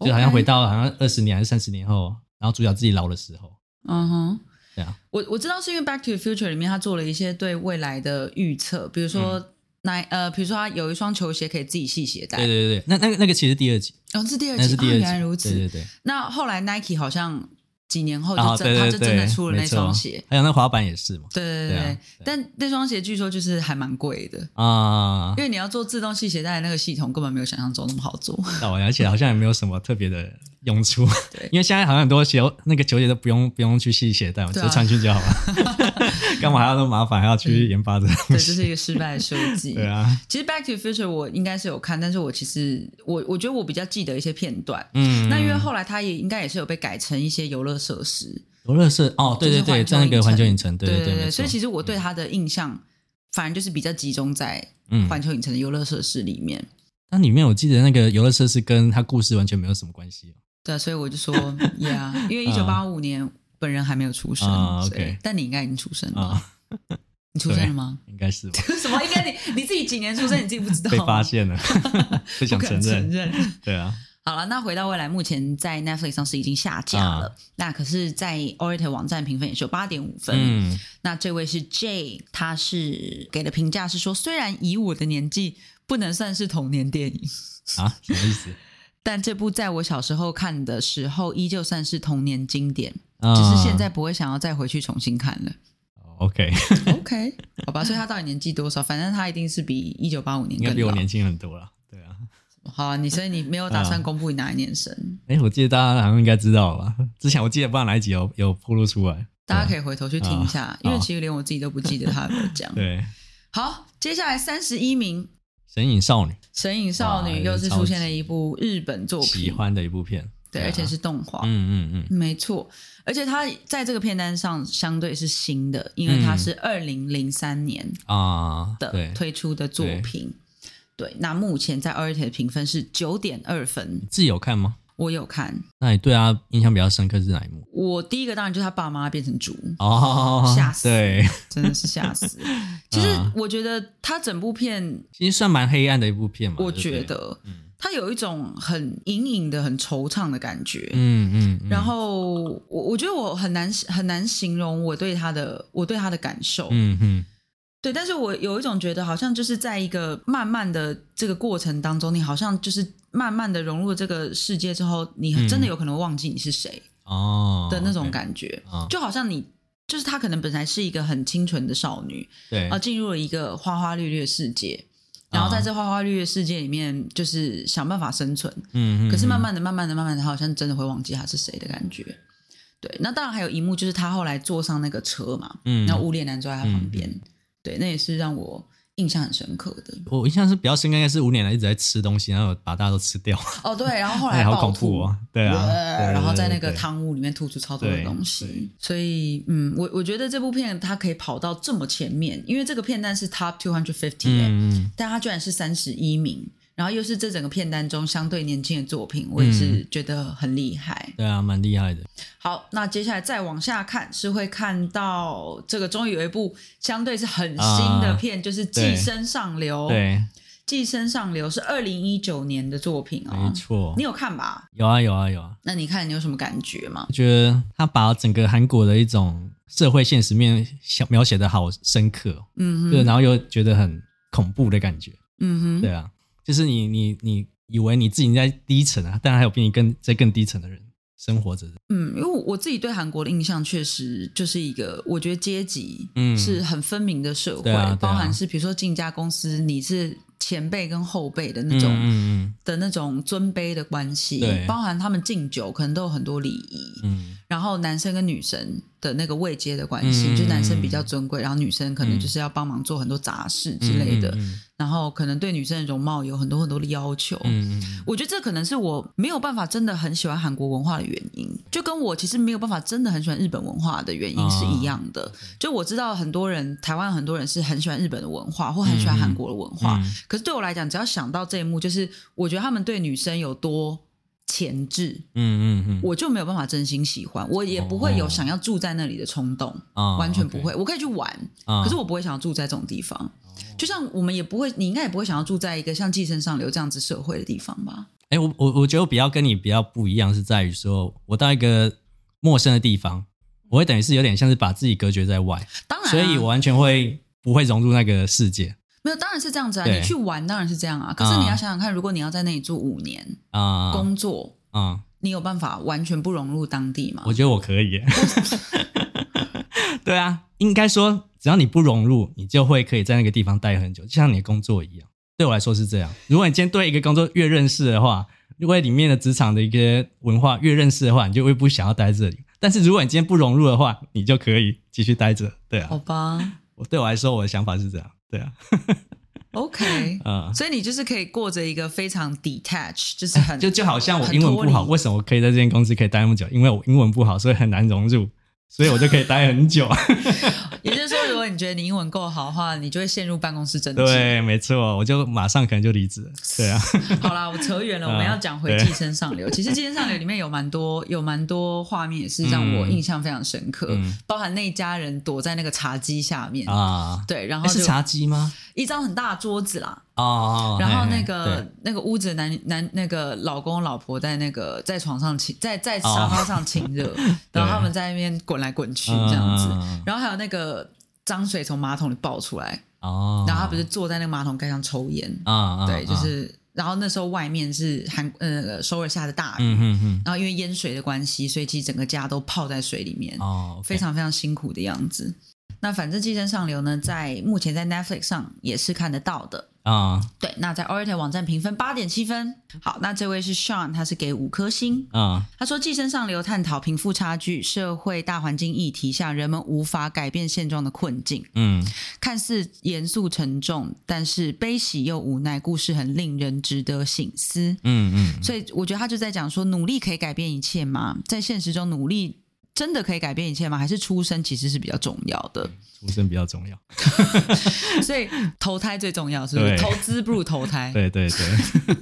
Speaker 2: 就好像
Speaker 1: OK
Speaker 2: 回到好像二十年还是三十年后，然后主角自己老的时候，
Speaker 1: 嗯哼，
Speaker 2: 对啊，
Speaker 1: 我我知道是因为《Back to the Future》里面他做了一些对未来的预测，比如说那、呃，比如说他有一双球鞋可以自己系鞋带，
Speaker 2: 嗯对对对，对那那个那个其实第二集，
Speaker 1: 哦，是第二集，
Speaker 2: 那是第二
Speaker 1: 哦、
Speaker 2: 集，
Speaker 1: 原来如此。
Speaker 2: 对对对，
Speaker 1: 那后来 Nike 好像几年后
Speaker 2: 然后
Speaker 1: 哦就
Speaker 2: 对
Speaker 1: 真，他
Speaker 2: 对
Speaker 1: 就
Speaker 2: 对，
Speaker 1: 真的出了那
Speaker 2: 没错
Speaker 1: 双鞋，，
Speaker 2: 还有那滑板也是嘛，
Speaker 1: 对对对
Speaker 2: 对啊对
Speaker 1: 但那双鞋据说就是还蛮贵的，
Speaker 2: 啊
Speaker 1: 因，为你要做自动系鞋带的那个系统，根本没有想象中那么好做。
Speaker 2: 那我而且好像也没有什么特别的用处
Speaker 1: 对，
Speaker 2: 因为现在好像很多鞋那个球鞋都不用不用去系鞋带嘛，直
Speaker 1: 对啊
Speaker 2: 接穿去就 好了，干嘛还要那么麻烦，还要去研发这个
Speaker 1: 对，
Speaker 2: 东
Speaker 1: 这
Speaker 2: 西？
Speaker 1: 是一个失败的设计。
Speaker 2: 对啊，
Speaker 1: 其实《Back to the Future》我应该是有看，但是我其实我我觉得我比较记得一些片段。
Speaker 2: 嗯，
Speaker 1: 那因为后来它也应该也是有被改成一些游乐设施，
Speaker 2: 游乐是哦，对对对，
Speaker 1: 就是
Speaker 2: 在那个环球影城，对
Speaker 1: 对
Speaker 2: 对，没错，
Speaker 1: 所以其实我对它的印象，反而就是比较集中在
Speaker 2: 嗯，
Speaker 1: 环球影城的游乐设施里面。
Speaker 2: 那里面我记得那个游乐设施跟它故事完全没有什么关系
Speaker 1: 对，啊所以我就 说，Yeah，因为一九八五年本人还没有出生，
Speaker 2: 啊
Speaker 1: 所以
Speaker 2: OK
Speaker 1: 但你应该已经出生
Speaker 2: 哦
Speaker 1: 了，
Speaker 2: 啊，
Speaker 1: 你出生了吗？
Speaker 2: 应该是吧？
Speaker 1: 什么？应该你你自己几年出生，你自己不知道？
Speaker 2: 被发，现 了，不
Speaker 1: 哦不
Speaker 2: 想
Speaker 1: 可
Speaker 2: 承
Speaker 1: 能承
Speaker 2: 认，
Speaker 1: 认。
Speaker 2: 对啊，
Speaker 1: 好了，那回到未来，目前在 Netflix 上是已经下架了，
Speaker 2: 啊
Speaker 1: 那可是，在 Orator 网站评分也是有八点五分。
Speaker 2: 嗯，
Speaker 1: 那这位是 J，他是给的评价是说，虽然以我的年纪不能算是童年电影，
Speaker 2: 啊，什么意思？
Speaker 1: 但这部在我小时候看的时候，依旧算是童年经典，
Speaker 2: 啊
Speaker 1: 只是现在不会想要再回去重新看了。
Speaker 2: OK，
Speaker 1: OK，好吧，所以他到底年纪多少？反正他一定是比一九八五年
Speaker 2: 应该
Speaker 1: 更
Speaker 2: 比我
Speaker 1: 老。
Speaker 2: 年轻很多了，对啊。
Speaker 1: 好啊，你所以你没有打算
Speaker 2: 啊
Speaker 1: 公布你哪一年生，
Speaker 2: 哎，我记得大家好像应该知道吧？之前我记得不知道哪一集有有铺露出来，
Speaker 1: 大家可以回头去听一下，
Speaker 2: 啊
Speaker 1: 因为其实连我自己都不记得他有没有讲。
Speaker 2: 对《
Speaker 1: 好，接下来三十一名《
Speaker 2: 神隐少女
Speaker 1: 神隐少女
Speaker 2: 哇》
Speaker 1: 又是出现了一部日本作》
Speaker 2: 喜
Speaker 1: 品，
Speaker 2: 欢的一部片，
Speaker 1: 对，
Speaker 2: 啊
Speaker 1: 而且是动画，
Speaker 2: 嗯嗯嗯，
Speaker 1: 没错。而且它在这个片单上相对是新的，因为它是二零零三年
Speaker 2: 啊，
Speaker 1: 的
Speaker 2: 嗯对，
Speaker 1: 推出的作品。对，那目前在 o r i t 的评分是九点二分，
Speaker 2: 自己有看吗？
Speaker 1: 我有看。
Speaker 2: 那你对他印象比较深刻是哪一幕？
Speaker 1: 我第一个当然就是他爸妈变成猪，
Speaker 2: 哦，
Speaker 1: 吓死
Speaker 2: 对，
Speaker 1: 真的是吓 死。其实
Speaker 2: 啊
Speaker 1: 我觉得他整部片，
Speaker 2: 其实算蛮黑暗的一部片嘛，
Speaker 1: 我
Speaker 2: 对不对
Speaker 1: 觉，得
Speaker 2: 嗯
Speaker 1: 他有一种很隐隐的、很惆怅的感觉。
Speaker 2: 嗯嗯，嗯
Speaker 1: 然后我我觉得我很难很难形容我对他的我对他的感受，
Speaker 2: 嗯嗯，
Speaker 1: 对，但是我有一种觉得好像就是在一个慢慢的这个过程当中，你好像就是慢慢的融入这个世界之后，你
Speaker 2: 嗯
Speaker 1: 真的有可能忘记你是谁
Speaker 2: 哦
Speaker 1: 的那种感觉，
Speaker 2: 觉，啊
Speaker 1: 就好像你就是她可能本来是一个很清纯的少女，
Speaker 2: 对啊
Speaker 1: 而进入了一个花花绿绿的世界。然后在这花花绿绿的世界里面，就是想办法生存，
Speaker 2: 嗯嗯，
Speaker 1: 可是慢
Speaker 2: 嗯
Speaker 1: 慢的、慢慢的、慢慢的，他好像真的会忘记他是谁的感觉。对，那当然还有一幕就是他后来坐上那个车嘛，
Speaker 2: 嗯
Speaker 1: 然后无脸男坐在他旁边，对，那也是让我印象很深刻的。
Speaker 2: 我印象是比较深刻，应该是五年来一直在吃东西，然后把大家都吃掉，
Speaker 1: 哦，对，然后后
Speaker 2: 哎
Speaker 1: 来
Speaker 2: 好
Speaker 1: 暴
Speaker 2: 恐
Speaker 1: 吐
Speaker 2: 怖，哦，对啊，对
Speaker 1: 呃
Speaker 2: 对
Speaker 1: 然后在
Speaker 2: 对
Speaker 1: 那个
Speaker 2: 对
Speaker 1: 汤屋里面吐出超多的
Speaker 2: 对
Speaker 1: 东
Speaker 2: 对
Speaker 1: 西，所以嗯，我我觉得这部片它可以跑到欸这么前面，因为这个片单是 Top Two Hundred Fifty，
Speaker 2: 嗯嗯
Speaker 1: 但它居然是三十一名。然后又是这整个片单中相对年轻的作品，我也是
Speaker 2: 嗯
Speaker 1: 觉得很厉害。
Speaker 2: 对啊，蛮厉害的。
Speaker 1: 好，那接下来再往下看，是会看到这个终于有一部相对是很新的片，就是《寄生上流》。
Speaker 2: 啊对，
Speaker 1: 《寄生上流》是二零一九年的作品
Speaker 2: 没
Speaker 1: 哦，
Speaker 2: 错
Speaker 1: 你。有看吧？
Speaker 2: 有啊，有啊，有啊。
Speaker 1: 那你看你有什么感觉吗
Speaker 2: 我？觉得他把整个韩国的一种社会现实面想描写的好深刻、哦，
Speaker 1: 嗯
Speaker 2: 对，
Speaker 1: 哼，
Speaker 2: 然后又觉得很恐怖的感觉。
Speaker 1: 嗯哼，
Speaker 2: 对啊，就是你你你以为你自己在低层啊，但还有比你更在更低层的人生活着。
Speaker 1: 嗯，因为我自己对韩国的印象确实就是一个，我觉得阶级
Speaker 2: 嗯
Speaker 1: 是很分明的社会，
Speaker 2: 对啊对啊
Speaker 1: 包含是比如说进一家公司，你是前辈跟后辈的那
Speaker 2: 嗯
Speaker 1: 种。
Speaker 2: 嗯
Speaker 1: 的那种尊卑的关系
Speaker 2: 对，
Speaker 1: 包含他们敬酒可能都有很多礼仪，
Speaker 2: 嗯
Speaker 1: 然后男生跟女生的那个位阶的关系，
Speaker 2: 嗯
Speaker 1: 就男生比较尊贵，然后女生可能
Speaker 2: 嗯
Speaker 1: 就是要帮忙做很多杂事
Speaker 2: 嗯
Speaker 1: 之类的，
Speaker 2: 嗯
Speaker 1: 然后可能对女生的容貌有很多很多的要求。
Speaker 2: 嗯嗯嗯
Speaker 1: 我觉得这可能是我没有办法真的很喜欢韩国文化的原因，就跟我其实没有办法真的很喜欢日本文化的原
Speaker 2: 啊
Speaker 1: 因是一样的。就我知道很多人，台湾很多人是很喜欢日本的文化，或很喜欢韩国的文化。
Speaker 2: 嗯
Speaker 1: 可是对我来讲，只要想到这一幕，就是我觉得他们对女生有多前置，
Speaker 2: 嗯嗯嗯，
Speaker 1: 我就没有办法真心喜欢，我也不会
Speaker 2: 哦
Speaker 1: 有想要住在那里的冲动，
Speaker 2: 啊
Speaker 1: 完全不会。我可以去玩，
Speaker 2: 啊
Speaker 1: 可是我不会想要住在这种地方。就像我们也不会，你应该也不会想要住在一个像寄生上流这样子社会的地方吧？
Speaker 2: 哎，我我我觉得我比较跟你比较不一样，是在于说我到一个陌生的地方，我会等于是有点像是把自己隔绝在外，
Speaker 1: 当然啊、
Speaker 2: 所以我完全会不会融入那个世界
Speaker 1: 没有，当然是这样子啊。
Speaker 2: 对嗯
Speaker 1: 你去玩当然是这样啊，可是你要想想看，如果你要在那里住五年，
Speaker 2: 啊
Speaker 1: 工作，
Speaker 2: 啊。
Speaker 1: 你有办法完全不融入当地吗
Speaker 2: 我？觉得我可以耶。 对啊，应该说，只要你不融入，你就会可以在那个地方待很久，就像你的工作一样。对我来说是这样。如果你今天对一个工作越认识的话，如果里面的职场的一个文化越认识的话，你就会不想要待在这里。但是如果你今天不融入的话，你就可以继续待着。对
Speaker 1: 好
Speaker 2: 啊，
Speaker 1: 吧
Speaker 2: 我对我来说，我的想法是这样。对啊，
Speaker 1: ，OK。
Speaker 2: 嗯、
Speaker 1: 所以你就是可以过着一个非常 detach，就是很
Speaker 2: 就就好像我
Speaker 1: 很
Speaker 2: 英文不好，
Speaker 1: 脱离
Speaker 2: 为什么我可以在这间公司可以待那么久？因为我英文不好，所以很难融入，所以我就可以待 很久。
Speaker 1: 也就是说，如果你觉得你英文够好的话，你就会陷入办公室争执。
Speaker 2: 对，没错，我就马上可能就离职了。对啊，
Speaker 1: 好啦，我扯远了，我们要讲回
Speaker 2: 嗯
Speaker 1: 《
Speaker 2: 对
Speaker 1: 寄生上流》。其实《寄生上流》里面有蛮多有蛮多画面也是让我印象非常深刻，
Speaker 2: 嗯
Speaker 1: 包含那一家人躲在那个茶几下面，
Speaker 2: 啊，
Speaker 1: 对，然后
Speaker 2: 诶是
Speaker 1: 就
Speaker 2: 茶几吗？
Speaker 1: 一张很大的桌子啦，
Speaker 2: 哦哦，
Speaker 1: 然后
Speaker 2: 嘿嘿
Speaker 1: 那个那个屋子的男男那个老公老婆在那个在床上亲在在沙发上亲热， 然后他们在那边滚来滚去
Speaker 2: 对
Speaker 1: 这样子，
Speaker 2: 哦嗯嗯嗯
Speaker 1: 然后还有那个脏水从马桶里爆出来，
Speaker 2: 哦，
Speaker 1: 然后他不是坐在那个马桶盖上抽烟，
Speaker 2: 啊啊，
Speaker 1: 对，就
Speaker 2: 啊
Speaker 1: 是然后那时候外面是韩呃首尔下的大雨，
Speaker 2: 嗯哼哼，
Speaker 1: 然后因为淹水的关系，所以其实整个家都泡在水里面，
Speaker 2: 哦，
Speaker 1: 非常非常辛苦的样子。那反正《寄生上流》呢，在目前在 Netflix 上也是看得到的。
Speaker 2: 啊
Speaker 1: 对，那在 Oriental 网站评分八点七分。好，那这位是 Sean，他是给五颗星。
Speaker 2: 啊
Speaker 1: 他说，《寄生上流》探讨贫富差距、社会大环境议题下人们无法改变现状的困境，
Speaker 2: 嗯
Speaker 1: 看似严肃沉重，但是悲喜又无奈，故事很令人值得省思。
Speaker 2: 嗯嗯，
Speaker 1: 所以我觉得他就在讲说，努力可以改变一切吗？在现实中，努力真的可以改变一切吗？还是出生其实是比较重要的？
Speaker 2: 出身比较重要。
Speaker 1: 所以投胎最重要，是不是？
Speaker 2: 对
Speaker 1: 投资不如投胎，
Speaker 2: 对对对，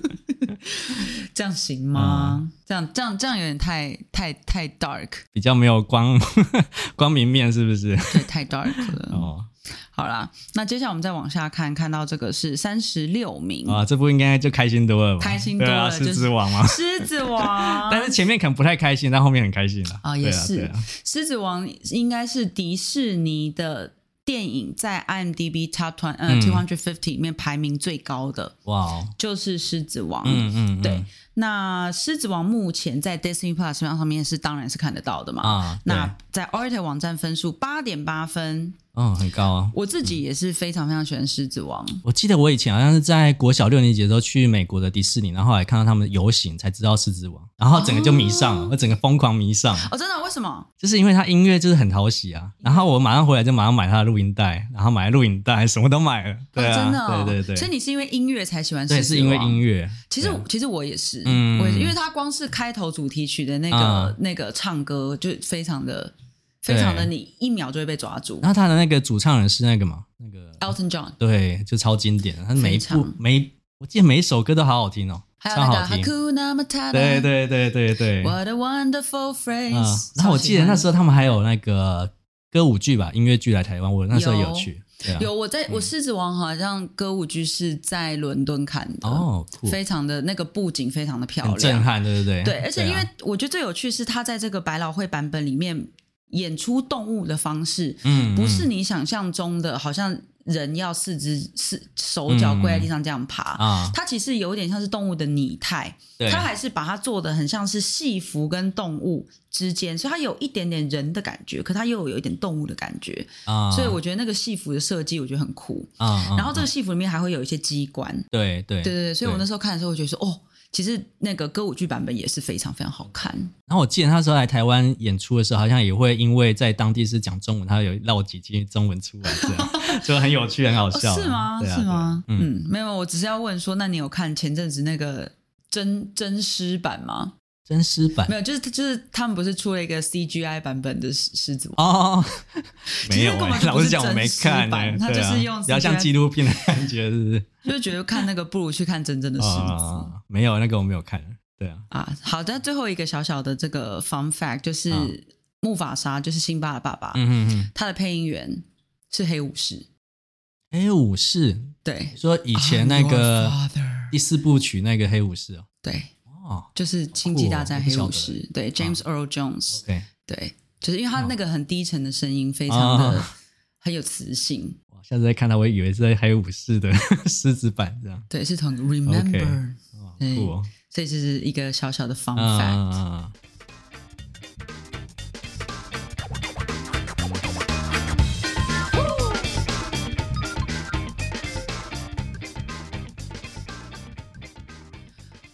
Speaker 1: 这样行吗？
Speaker 2: 嗯
Speaker 1: 这样这样这样有点太太太 dark，
Speaker 2: 比较没有光 光明面，是不是？
Speaker 1: 对，太 dark 了。
Speaker 2: 哦
Speaker 1: 好啦，那接下来我们再往下看，看到这个是三十六名，
Speaker 2: 啊，这部应该就开心多了吧？
Speaker 1: 开心多
Speaker 2: 对
Speaker 1: 了
Speaker 2: 啊，
Speaker 1: 就是
Speaker 2: 狮子王嘛。
Speaker 1: 狮子 王。
Speaker 2: 但是前面可能不太开心，但后面很开心了。
Speaker 1: 啊，
Speaker 2: 对
Speaker 1: 也是，
Speaker 2: 对啊
Speaker 1: 狮子王》应该是迪士尼的电影在 IMDB Top One 呃
Speaker 2: 嗯
Speaker 1: Two Hundred Fifty 里面排名最高的，
Speaker 2: 哇哦，
Speaker 1: 就是《狮子王》。
Speaker 2: 嗯嗯，嗯
Speaker 1: 对，那《狮子王》目前在 Disney Plus 上面是当然是看得到的嘛。
Speaker 2: 啊，对
Speaker 1: 那在 Orator 网站分数八点八分，
Speaker 2: 哦很高啊。
Speaker 1: 我自己也是非常非常喜欢《狮子王》。
Speaker 2: 我记得我以前好像是在国小六年级的时候去美国的迪士尼，然后后来看到他们游行，才知道狮子王，然后整个就迷上了，我整个疯狂迷上，
Speaker 1: 哦，真的？为什么？
Speaker 2: 就是因为他音乐就是很讨喜啊。然后我马上回来就马上买他的录音带，然后买录影带，什么都买了。对啊，
Speaker 1: 哦、真的、哦，
Speaker 2: 对对对，
Speaker 1: 所以你是因为音乐才喜欢狮子
Speaker 2: 对
Speaker 1: 王？
Speaker 2: 是因为音乐，
Speaker 1: 其实我，其实我也是，
Speaker 2: 嗯
Speaker 1: 我也是，因为他光是开头主题曲的那个、
Speaker 2: 啊
Speaker 1: 那个唱歌，就非常的
Speaker 2: 对嗯
Speaker 1: 非常的，你一秒就会被抓住
Speaker 2: 然。后他的那个主唱人是那个嘛，那个
Speaker 1: Elton John，
Speaker 2: 对，就超经典的，他每一
Speaker 1: 非
Speaker 2: 部
Speaker 1: 常
Speaker 2: 每一我记得每一首歌都好好听哦，
Speaker 1: 还有
Speaker 2: 超
Speaker 1: 那个
Speaker 2: 好听。
Speaker 1: Hakuna Matata，
Speaker 2: 对对对对对，嗯。
Speaker 1: ，What a wonderful phrase、
Speaker 2: 然后我记得那时
Speaker 1: 候
Speaker 2: 候他们还有那个歌舞剧吧，音乐剧来台湾，我那时候
Speaker 1: 有
Speaker 2: 有去。对啊
Speaker 1: 有我在我狮子王好像歌舞剧是在伦敦看的，
Speaker 2: 哦，酷，
Speaker 1: 非常的那个布景非常的漂
Speaker 2: 很
Speaker 1: 亮，
Speaker 2: 震撼，对不对？
Speaker 1: 对，而且
Speaker 2: 啊
Speaker 1: 因为我觉得最有趣是他在这个百老汇版本里面演出动物的方式，
Speaker 2: 嗯，
Speaker 1: 不是
Speaker 2: 嗯
Speaker 1: 你想象中的，好像人要四肢四手脚跪在地上这样爬。
Speaker 2: 啊，
Speaker 1: 它其实有点像是动物的拟态，
Speaker 2: 对，
Speaker 1: 它还是把它做的很像是戏服跟动物之间，所以它有一点点人的感觉，可它又有一点动物的感觉，
Speaker 2: 啊，
Speaker 1: 所以我觉得那个戏服的设计我觉得很酷。
Speaker 2: 啊，啊
Speaker 1: 然后这个
Speaker 2: 啊
Speaker 1: 戏服里面还会有一些机关，
Speaker 2: 对
Speaker 1: 对
Speaker 2: 对
Speaker 1: 对对，所以我
Speaker 2: 对
Speaker 1: 那时候看的时候，我觉得说，哦，其实那个歌舞剧版本也是非常非常好看。
Speaker 2: 然后我记得那时候来台湾演出的时候，好像也会因为在当地是讲中文，他有绕几句中文出来，这 样就很有趣，很好
Speaker 1: 哦，
Speaker 2: 笑啊、
Speaker 1: 是吗？
Speaker 2: 对啊
Speaker 1: 是吗？
Speaker 2: 对啊嗯，
Speaker 1: 嗯，没有，我只是要问说，那你有看前阵子那个真真狮版吗？
Speaker 2: 真狮版
Speaker 1: 没有，就是就是他们不是出了一个 CGI 版本的狮狮子王？
Speaker 2: 哦，
Speaker 1: 其
Speaker 2: 没
Speaker 1: 实
Speaker 2: 有、
Speaker 1: 根本就
Speaker 2: 欸，
Speaker 1: 不
Speaker 2: 老
Speaker 1: 是
Speaker 2: 实讲我没看、
Speaker 1: 真
Speaker 2: 欸，
Speaker 1: 狮版它
Speaker 2: 对啊
Speaker 1: 就是用
Speaker 2: 比较像
Speaker 1: CGI
Speaker 2: 纪录片的感觉，是不是？
Speaker 1: 就是觉得看那个不如去看真正的狮子。
Speaker 2: 啊，没有那个我没有看，对啊，
Speaker 1: 啊，好的，最后一个小小的这个 fun fact 就是、
Speaker 2: 啊
Speaker 1: 木法沙就是辛巴的爸爸，
Speaker 2: 嗯嗯嗯，
Speaker 1: 他的配音员是黑武士，
Speaker 2: 黑武士，
Speaker 1: 对
Speaker 2: 你，说以前那
Speaker 1: I'm
Speaker 2: 个
Speaker 1: your 啊 father
Speaker 2: 第四部曲那个黑武士哦，
Speaker 1: 对，
Speaker 2: 哦
Speaker 1: 就是《星际大战》黑
Speaker 2: 我
Speaker 1: 武
Speaker 2: 不晓
Speaker 1: 士，对 James Earl Jones，、
Speaker 2: ，OK，
Speaker 1: 对，就是因为他那个很低沉的声音，非常的、
Speaker 2: 哦
Speaker 1: 很有磁性，
Speaker 2: 我下次再看到，我以为是在黑武士的 狮子版这样，
Speaker 1: 对，是同一个 Remember，、
Speaker 2: 哦，
Speaker 1: 对
Speaker 2: 酷哦。
Speaker 1: 所以这是一个小小的 fun
Speaker 2: 嗯
Speaker 1: fact。
Speaker 2: 嗯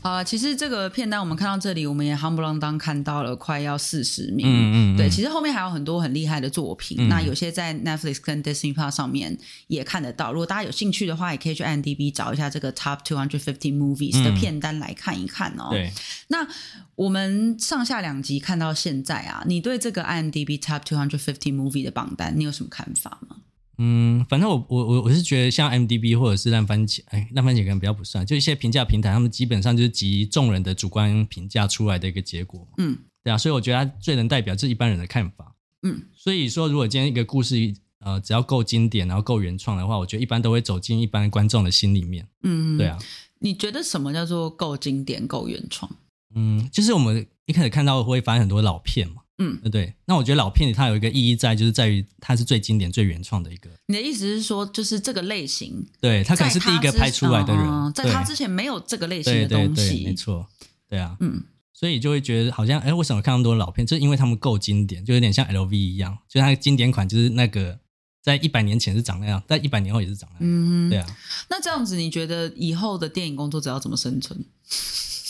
Speaker 1: 好了，其实这个片单我们看到这里，我们也夯不啷当看到了快要四十名。
Speaker 2: 嗯嗯嗯
Speaker 1: 对，其实后面还有很多很厉害的作品，
Speaker 2: 嗯
Speaker 1: 那有些在 Netflix 跟 Disney Plus 上面也看得到。如果大家有兴趣的话，也可以去 IMDb 找一下这个 Top 250 Movies 的
Speaker 2: 嗯
Speaker 1: 片单来看一看哦。
Speaker 2: 对，
Speaker 1: 那我们上下两集看到现在啊，你对这个 IMDb Top 250 Movie 的榜单，你有什么看法吗？
Speaker 2: 嗯，反正我我我我是觉得像 M D B 或者是烂番茄，哎，烂番茄可能比较不算，就一些评价平台，他们基本上就是集众人的主观评价出来的一个结果嘛。
Speaker 1: 嗯，
Speaker 2: 对啊，所以我觉得它最能代表这一般人的看法。
Speaker 1: 嗯，
Speaker 2: 所以说，如果今天一个故事，呃，只要够经典，然后够原创的话，我觉得一般都会走进一般观众的心里面。
Speaker 1: 嗯，
Speaker 2: 对。啊，
Speaker 1: 你觉得什么叫做够经典、够原创？
Speaker 2: 嗯，就是我们一开始看到会发现很多老片嘛，
Speaker 1: 嗯
Speaker 2: 对，不对？那我觉得老片它有一个意义在，就是在于它是最经典、最原创的一个，
Speaker 1: 你的意思是说，就是这个类型，
Speaker 2: 对，它可能是
Speaker 1: 在
Speaker 2: 第一个
Speaker 1: 之
Speaker 2: 拍出来的人，
Speaker 1: 嗯在他
Speaker 2: 对
Speaker 1: 之前没有这个类型
Speaker 2: 对
Speaker 1: 的
Speaker 2: 对
Speaker 1: 东
Speaker 2: 对，没
Speaker 1: 西。
Speaker 2: 错，对啊，
Speaker 1: 嗯
Speaker 2: 所以就会觉得好像，哎，为什么看那么多老片？就是因为他们够经典，就有点像 LV 一样，就它的经典款就是那个在一百年前是长那样，在一百年后也是长那样，
Speaker 1: 嗯，
Speaker 2: 对啊，
Speaker 1: 那这样子，你觉得以后的电影工作者要怎么生存？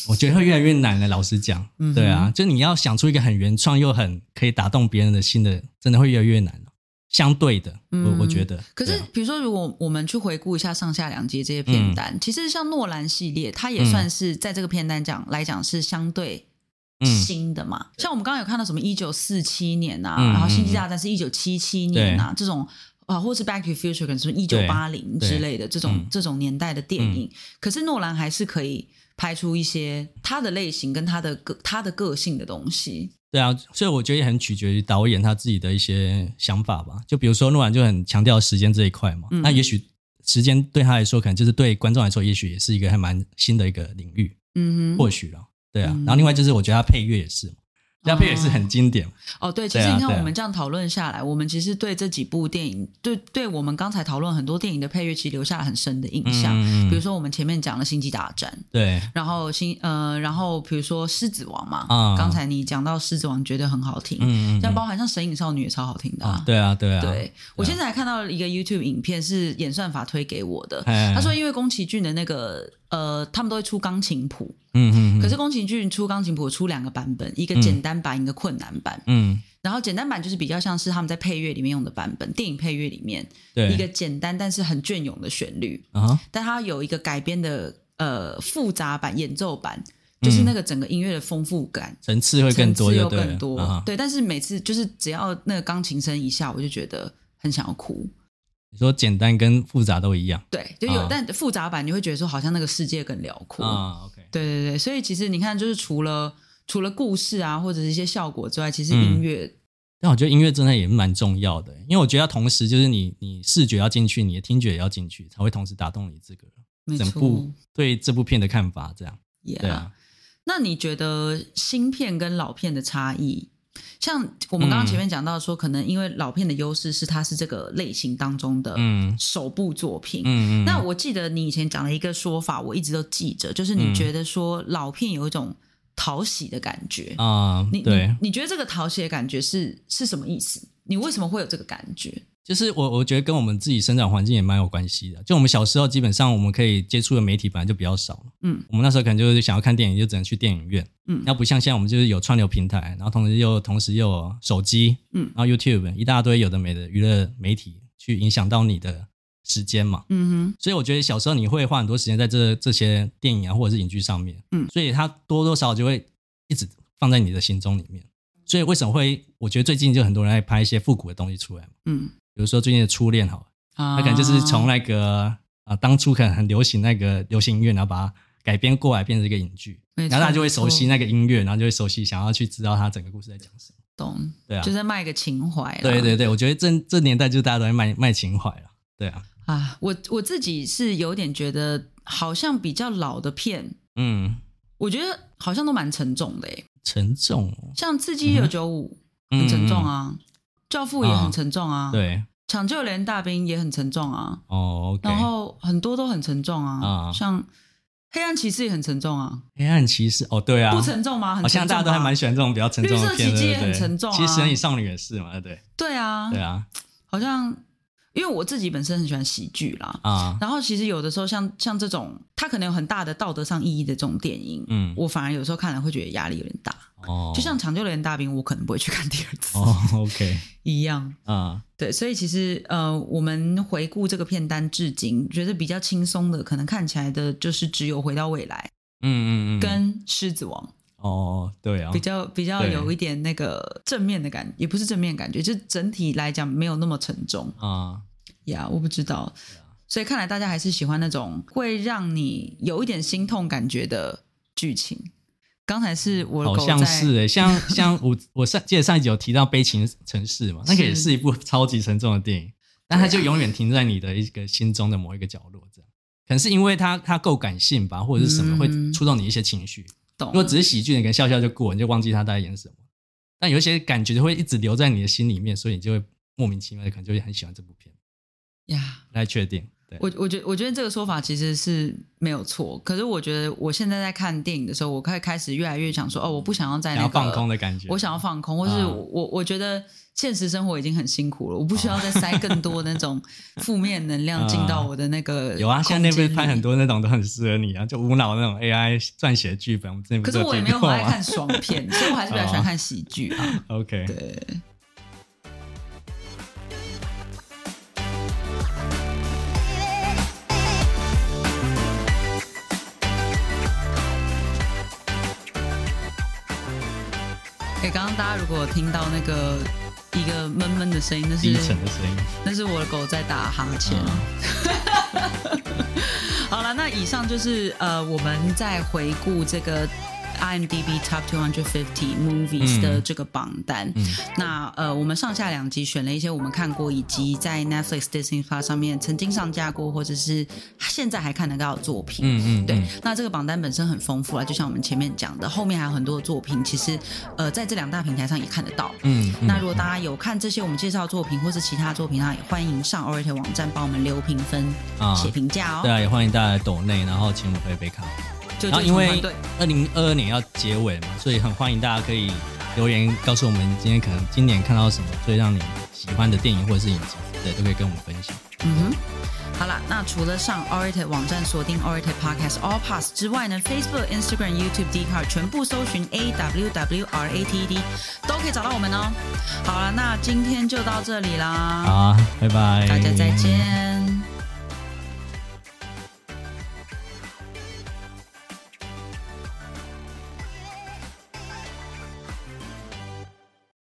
Speaker 2: 我觉得会越来越难的，老实讲，
Speaker 1: 嗯哼
Speaker 2: 对啊，就你要想出一个很原创又很可以打动别人的心的，真的会越来越难了相对的，
Speaker 1: 嗯
Speaker 2: 我我觉得，
Speaker 1: 可
Speaker 2: 对
Speaker 1: 是
Speaker 2: 啊，
Speaker 1: 比如说，如果我们去回顾一下上下两集这些片
Speaker 2: 嗯
Speaker 1: 单，其实像诺兰系列，它也算是在这个片单讲来讲是相对
Speaker 2: 嗯
Speaker 1: 新的嘛。像我们刚刚有看到什么一九四七年啊，
Speaker 2: 嗯
Speaker 1: 然后《星际大战》是一九七七年啊，这种啊，或是《Back to the Future》可能是一九八零
Speaker 2: 对
Speaker 1: 之类的这种、
Speaker 2: 嗯
Speaker 1: 这种年代的电影，可是诺兰还是可以拍出一些他的类型跟他的个他的个性的东西。
Speaker 2: 对啊，所以我觉得也很取决于导演他自己的一些想法吧。就比如说诺兰就很强调时间这一块嘛，
Speaker 1: 嗯
Speaker 2: 那也许时间对他来说，可能就是对观众来说，也许也是一个还蛮新的一个领域，
Speaker 1: 嗯哼，
Speaker 2: 或许啦，对啊。
Speaker 1: 嗯
Speaker 2: 然后另外就是我觉得他配乐也是嘛，他配乐也是很经典，
Speaker 1: 哦，对，其
Speaker 2: 对
Speaker 1: 实
Speaker 2: 啊
Speaker 1: 你看
Speaker 2: 对啊
Speaker 1: 我们这样讨论下来，我们其实对这几部电影，对对我们刚才讨论很多电影的配乐，其实留下了很深的印象。
Speaker 2: 嗯
Speaker 1: 比如说我们前面讲了《星际大战》，
Speaker 2: 对，
Speaker 1: 然后星呃，然后比如说《狮子王》嘛，
Speaker 2: 啊
Speaker 1: 刚才你讲到《狮子王》，觉得很好听，
Speaker 2: 嗯嗯嗯
Speaker 1: 像包含像《神隐少女》也超好听的、
Speaker 2: 啊，对啊，对啊，
Speaker 1: 对我现在还看到一个 YouTube 影片是演算法推给我的，他
Speaker 2: 哎，他
Speaker 1: 说因为宫崎骏的那个呃，他们都会出钢琴谱，
Speaker 2: 嗯嗯，
Speaker 1: 可
Speaker 2: 嗯
Speaker 1: 是宫崎骏出钢琴谱出两个版本，一个简单版，一个困难版。
Speaker 2: 嗯，
Speaker 1: 然后简单版就是比较像是他们在配乐里面用的版本，电影配乐里面
Speaker 2: 对
Speaker 1: 一个简单但是很隽永的旋律，
Speaker 2: 啊，
Speaker 1: 但它有一个改编的呃复杂版演奏版，
Speaker 2: 嗯
Speaker 1: 就是那个整个音乐的丰富感。
Speaker 2: 层次会更
Speaker 1: 层
Speaker 2: 多
Speaker 1: 次
Speaker 2: 就
Speaker 1: 又
Speaker 2: 对了，
Speaker 1: 更多，
Speaker 2: 啊哈
Speaker 1: 对。但是每次就是只要那个钢琴声一下，我就觉得很想要哭。
Speaker 2: 你说简单跟复杂都一样
Speaker 1: 对，就有、
Speaker 2: 啊
Speaker 1: 但复杂版你会觉得说好像那个世界更辽阔。
Speaker 2: 啊？OK，
Speaker 1: 对对对，所以其实你看，就是除了除了故事啊，或者是一些效果之外，其实
Speaker 2: 嗯
Speaker 1: 音乐、
Speaker 2: 但我觉得音乐真的也蛮重要的，欸因为我觉得要同时就是你你视觉要进去，你的听觉也要进去，才会同时打动你这个
Speaker 1: 没
Speaker 2: 整
Speaker 1: 错
Speaker 2: 部对这部片的看法。这样
Speaker 1: ，yeah
Speaker 2: 对啊，
Speaker 1: 那你觉得新片跟老片的差异？像我们刚
Speaker 2: 嗯
Speaker 1: 刚前面讲到说，可能因为老片的优势是它是这个类型当中的
Speaker 2: 嗯
Speaker 1: 首部作品。
Speaker 2: 嗯嗯，
Speaker 1: 那我记得你以前讲了一个说法，我一直都记着，就是你
Speaker 2: 嗯
Speaker 1: 觉得说老片有一种讨喜的感觉。
Speaker 2: 啊、
Speaker 1: 你
Speaker 2: 对
Speaker 1: 你，你觉得这个讨喜的感觉是是什么意思？你为什么会有这个感觉？
Speaker 2: 就是我我觉得跟我们自己生长环境也蛮有关系的。就我们小时候基本上我们可以接触的媒体本来就比较少嘛，
Speaker 1: 嗯，
Speaker 2: 我们那时候可能就是想要看电影就只能去电影院，
Speaker 1: 嗯
Speaker 2: 那不像现在我们就是有串流平台，然后同时又同时又有手机，
Speaker 1: 嗯
Speaker 2: 然后 YouTube 一大堆有的没的娱乐媒体去影响到你的时间嘛。
Speaker 1: 嗯
Speaker 2: 所以我觉得小时候你会花很多时间在这这些电影啊或者是影剧上面，
Speaker 1: 嗯
Speaker 2: 所以它多多少少就会一直放在你的心中里面。所以为什么会？我觉得最近就很多人在拍一些复古的东西出来嘛，
Speaker 1: 哼，嗯，
Speaker 2: 比如说最近的《初恋》好了，
Speaker 1: 啊
Speaker 2: 它可能就是从那个
Speaker 1: 哦
Speaker 2: 啊当初可能很流行那个流行音乐，然后把它改编过来变成一个影剧，
Speaker 1: 没
Speaker 2: 然
Speaker 1: 错
Speaker 2: 后大家就会熟悉那个音乐，然后就会熟悉想要去知道它整个故事在讲什么。
Speaker 1: 懂，
Speaker 2: 对啊
Speaker 1: 就，在卖个情怀啦。啊
Speaker 2: 对对对，我觉得这这年代就是大家都在卖卖情怀了，对啊，
Speaker 1: 啊，我我自己是有点觉得，好像比较老的片，
Speaker 2: 嗯，
Speaker 1: 我觉得好像都蛮沉重的诶，
Speaker 2: 沉重、哦，
Speaker 1: 像《刺激一九九五》
Speaker 2: 嗯
Speaker 1: 很沉重啊，教父》也很沉重啊，
Speaker 2: 嗯，嗯对。
Speaker 1: 抢救连大兵》也很沉重啊，
Speaker 2: 哦，OK。
Speaker 1: 然后很多都很沉重啊，
Speaker 2: 啊
Speaker 1: 像《黑暗骑士》也很沉重啊，
Speaker 2: 黑暗骑士，哦，对啊，
Speaker 1: 不沉重吗？很
Speaker 2: 好像
Speaker 1: 沉重
Speaker 2: 大家都还
Speaker 1: 吧
Speaker 2: 蛮喜欢这种比较沉重
Speaker 1: 绿
Speaker 2: 的
Speaker 1: 色
Speaker 2: 片，
Speaker 1: 奇迹
Speaker 2: 对
Speaker 1: 也
Speaker 2: 不
Speaker 1: 很
Speaker 2: 对？
Speaker 1: 沉重啊
Speaker 2: 其实神与少女也是嘛，对不对
Speaker 1: 对啊，
Speaker 2: 对啊，
Speaker 1: 好像因为我自己本身很喜欢喜剧啦，
Speaker 2: 啊，
Speaker 1: 然后其实有的时候像像这种，它可能有很大的道德上意义的这种电影，
Speaker 2: 嗯
Speaker 1: 我反而有时候看了会觉得压力有点大。
Speaker 2: 哦，
Speaker 1: 就像《抢救连大兵》，我可能不会去看第二次、
Speaker 2: 哦，OK，
Speaker 1: 一样。
Speaker 2: 啊，
Speaker 1: 对，所以其实呃，我们回顾这个片单至今，觉得比较轻松的，可能看起来的就是只有《回到未来
Speaker 2: 嗯嗯嗯，》
Speaker 1: 跟《狮子王》
Speaker 2: 哦，对啊
Speaker 1: 比，较比较
Speaker 2: 对
Speaker 1: 有一点那个正面的感也不是正面感觉，就整体来讲没有那么沉重。
Speaker 2: 啊，
Speaker 1: 呀我不知道。所以看来大家还是喜欢那种会让你有一点心痛感觉的剧情。刚才是我的
Speaker 2: 好
Speaker 1: 狗
Speaker 2: 像
Speaker 1: 在
Speaker 2: 是诶，像 像我我上记得上一集有提到《悲情城 市》嘛，那个也
Speaker 1: 是
Speaker 2: 是一部超级沉重的电影，但
Speaker 1: 啊
Speaker 2: 它就永远停在你的一个心中的某一个角落，这样。可能是因为它它够感性吧，或者是什么会
Speaker 1: 嗯
Speaker 2: 触动你一些情绪，
Speaker 1: 懂
Speaker 2: 如果只是喜剧，你可能笑笑就过，你就忘记他在演什么。但有一些感觉就会一直留在你的心里面，所以你就会莫名其妙的可能就会很喜欢这部片，
Speaker 1: 呀
Speaker 2: 不太确定。对，
Speaker 1: 我我觉我觉得这个说法其实是没有错。可是我觉得我现在在看电影的时候，我开开始越来越想说，哦，我不想要在
Speaker 2: 想
Speaker 1: 那
Speaker 2: 要
Speaker 1: 个
Speaker 2: 放空的感觉，
Speaker 1: 我想要放空，或是
Speaker 2: 啊
Speaker 1: 我我我觉得现实生活已经很辛苦了，我不需要再塞更多那 种负面能量进到我的那个
Speaker 2: 有啊，现在那
Speaker 1: 空
Speaker 2: 边
Speaker 1: 间
Speaker 2: 拍
Speaker 1: 里
Speaker 2: 很多那种都很适合你啊，就无脑那种 AI 撰写剧本，我们之前不
Speaker 1: 可
Speaker 2: 是
Speaker 1: 是我也
Speaker 2: 有
Speaker 1: 没
Speaker 2: 提
Speaker 1: 有很
Speaker 2: 过
Speaker 1: 爱
Speaker 2: 吗
Speaker 1: 看爽片，
Speaker 2: 啊
Speaker 1: 所以我还是比较喜欢看喜剧 啊。
Speaker 2: ？OK，
Speaker 1: 对，哎，刚刚大家如果有听到那个一个闷闷的声音，那
Speaker 2: 低
Speaker 1: 是
Speaker 2: 沉的声音，
Speaker 1: 那是我的狗在打哈欠。
Speaker 2: 嗯
Speaker 1: 好了，那以上就是呃，我们在回顾这个 IMDB Top 250 Movies
Speaker 2: 嗯
Speaker 1: 的这个榜单。
Speaker 2: 嗯
Speaker 1: 那呃，我们上下两集选了一些我们看过，以及在 Netflix、Disney Plus 上面曾经上架过，或者是现在还看得到的作品。
Speaker 2: 嗯嗯，
Speaker 1: 对
Speaker 2: 嗯，
Speaker 1: 那这个榜单本身很丰富啊，就像我们前面讲的，后面还有很多的作品，其实呃，在这两大平台上也看得到。
Speaker 2: 嗯，嗯
Speaker 1: 那如果大家有看这些我们介绍的作品或是其他作品啊，也欢迎上 Orator 网站帮我们留评分、
Speaker 2: 啊
Speaker 1: 写评价
Speaker 2: 对
Speaker 1: 哦。
Speaker 2: 啊，也欢迎大家来抖内，然后请我们喝一杯咖啡。
Speaker 1: 就
Speaker 2: 然后
Speaker 1: 就
Speaker 2: 因为
Speaker 1: 对，
Speaker 2: 二零二二年要结尾嘛，所以很欢迎大家可以留言告诉我们今天可能今年看到什么最让你喜欢的电影或者是影集之类，都可以跟我们分享。
Speaker 1: 嗯哼。好啦，那除了上 Orator 网站锁定 Orator Podcast All Pass 之外呢，Facebook、Instagram、YouTube、d c a r 全部搜寻 A W W R A T E D 都可以找到我们哦。好了，那今天就到这里啦，
Speaker 2: 好啊，拜拜，
Speaker 1: 大家再见。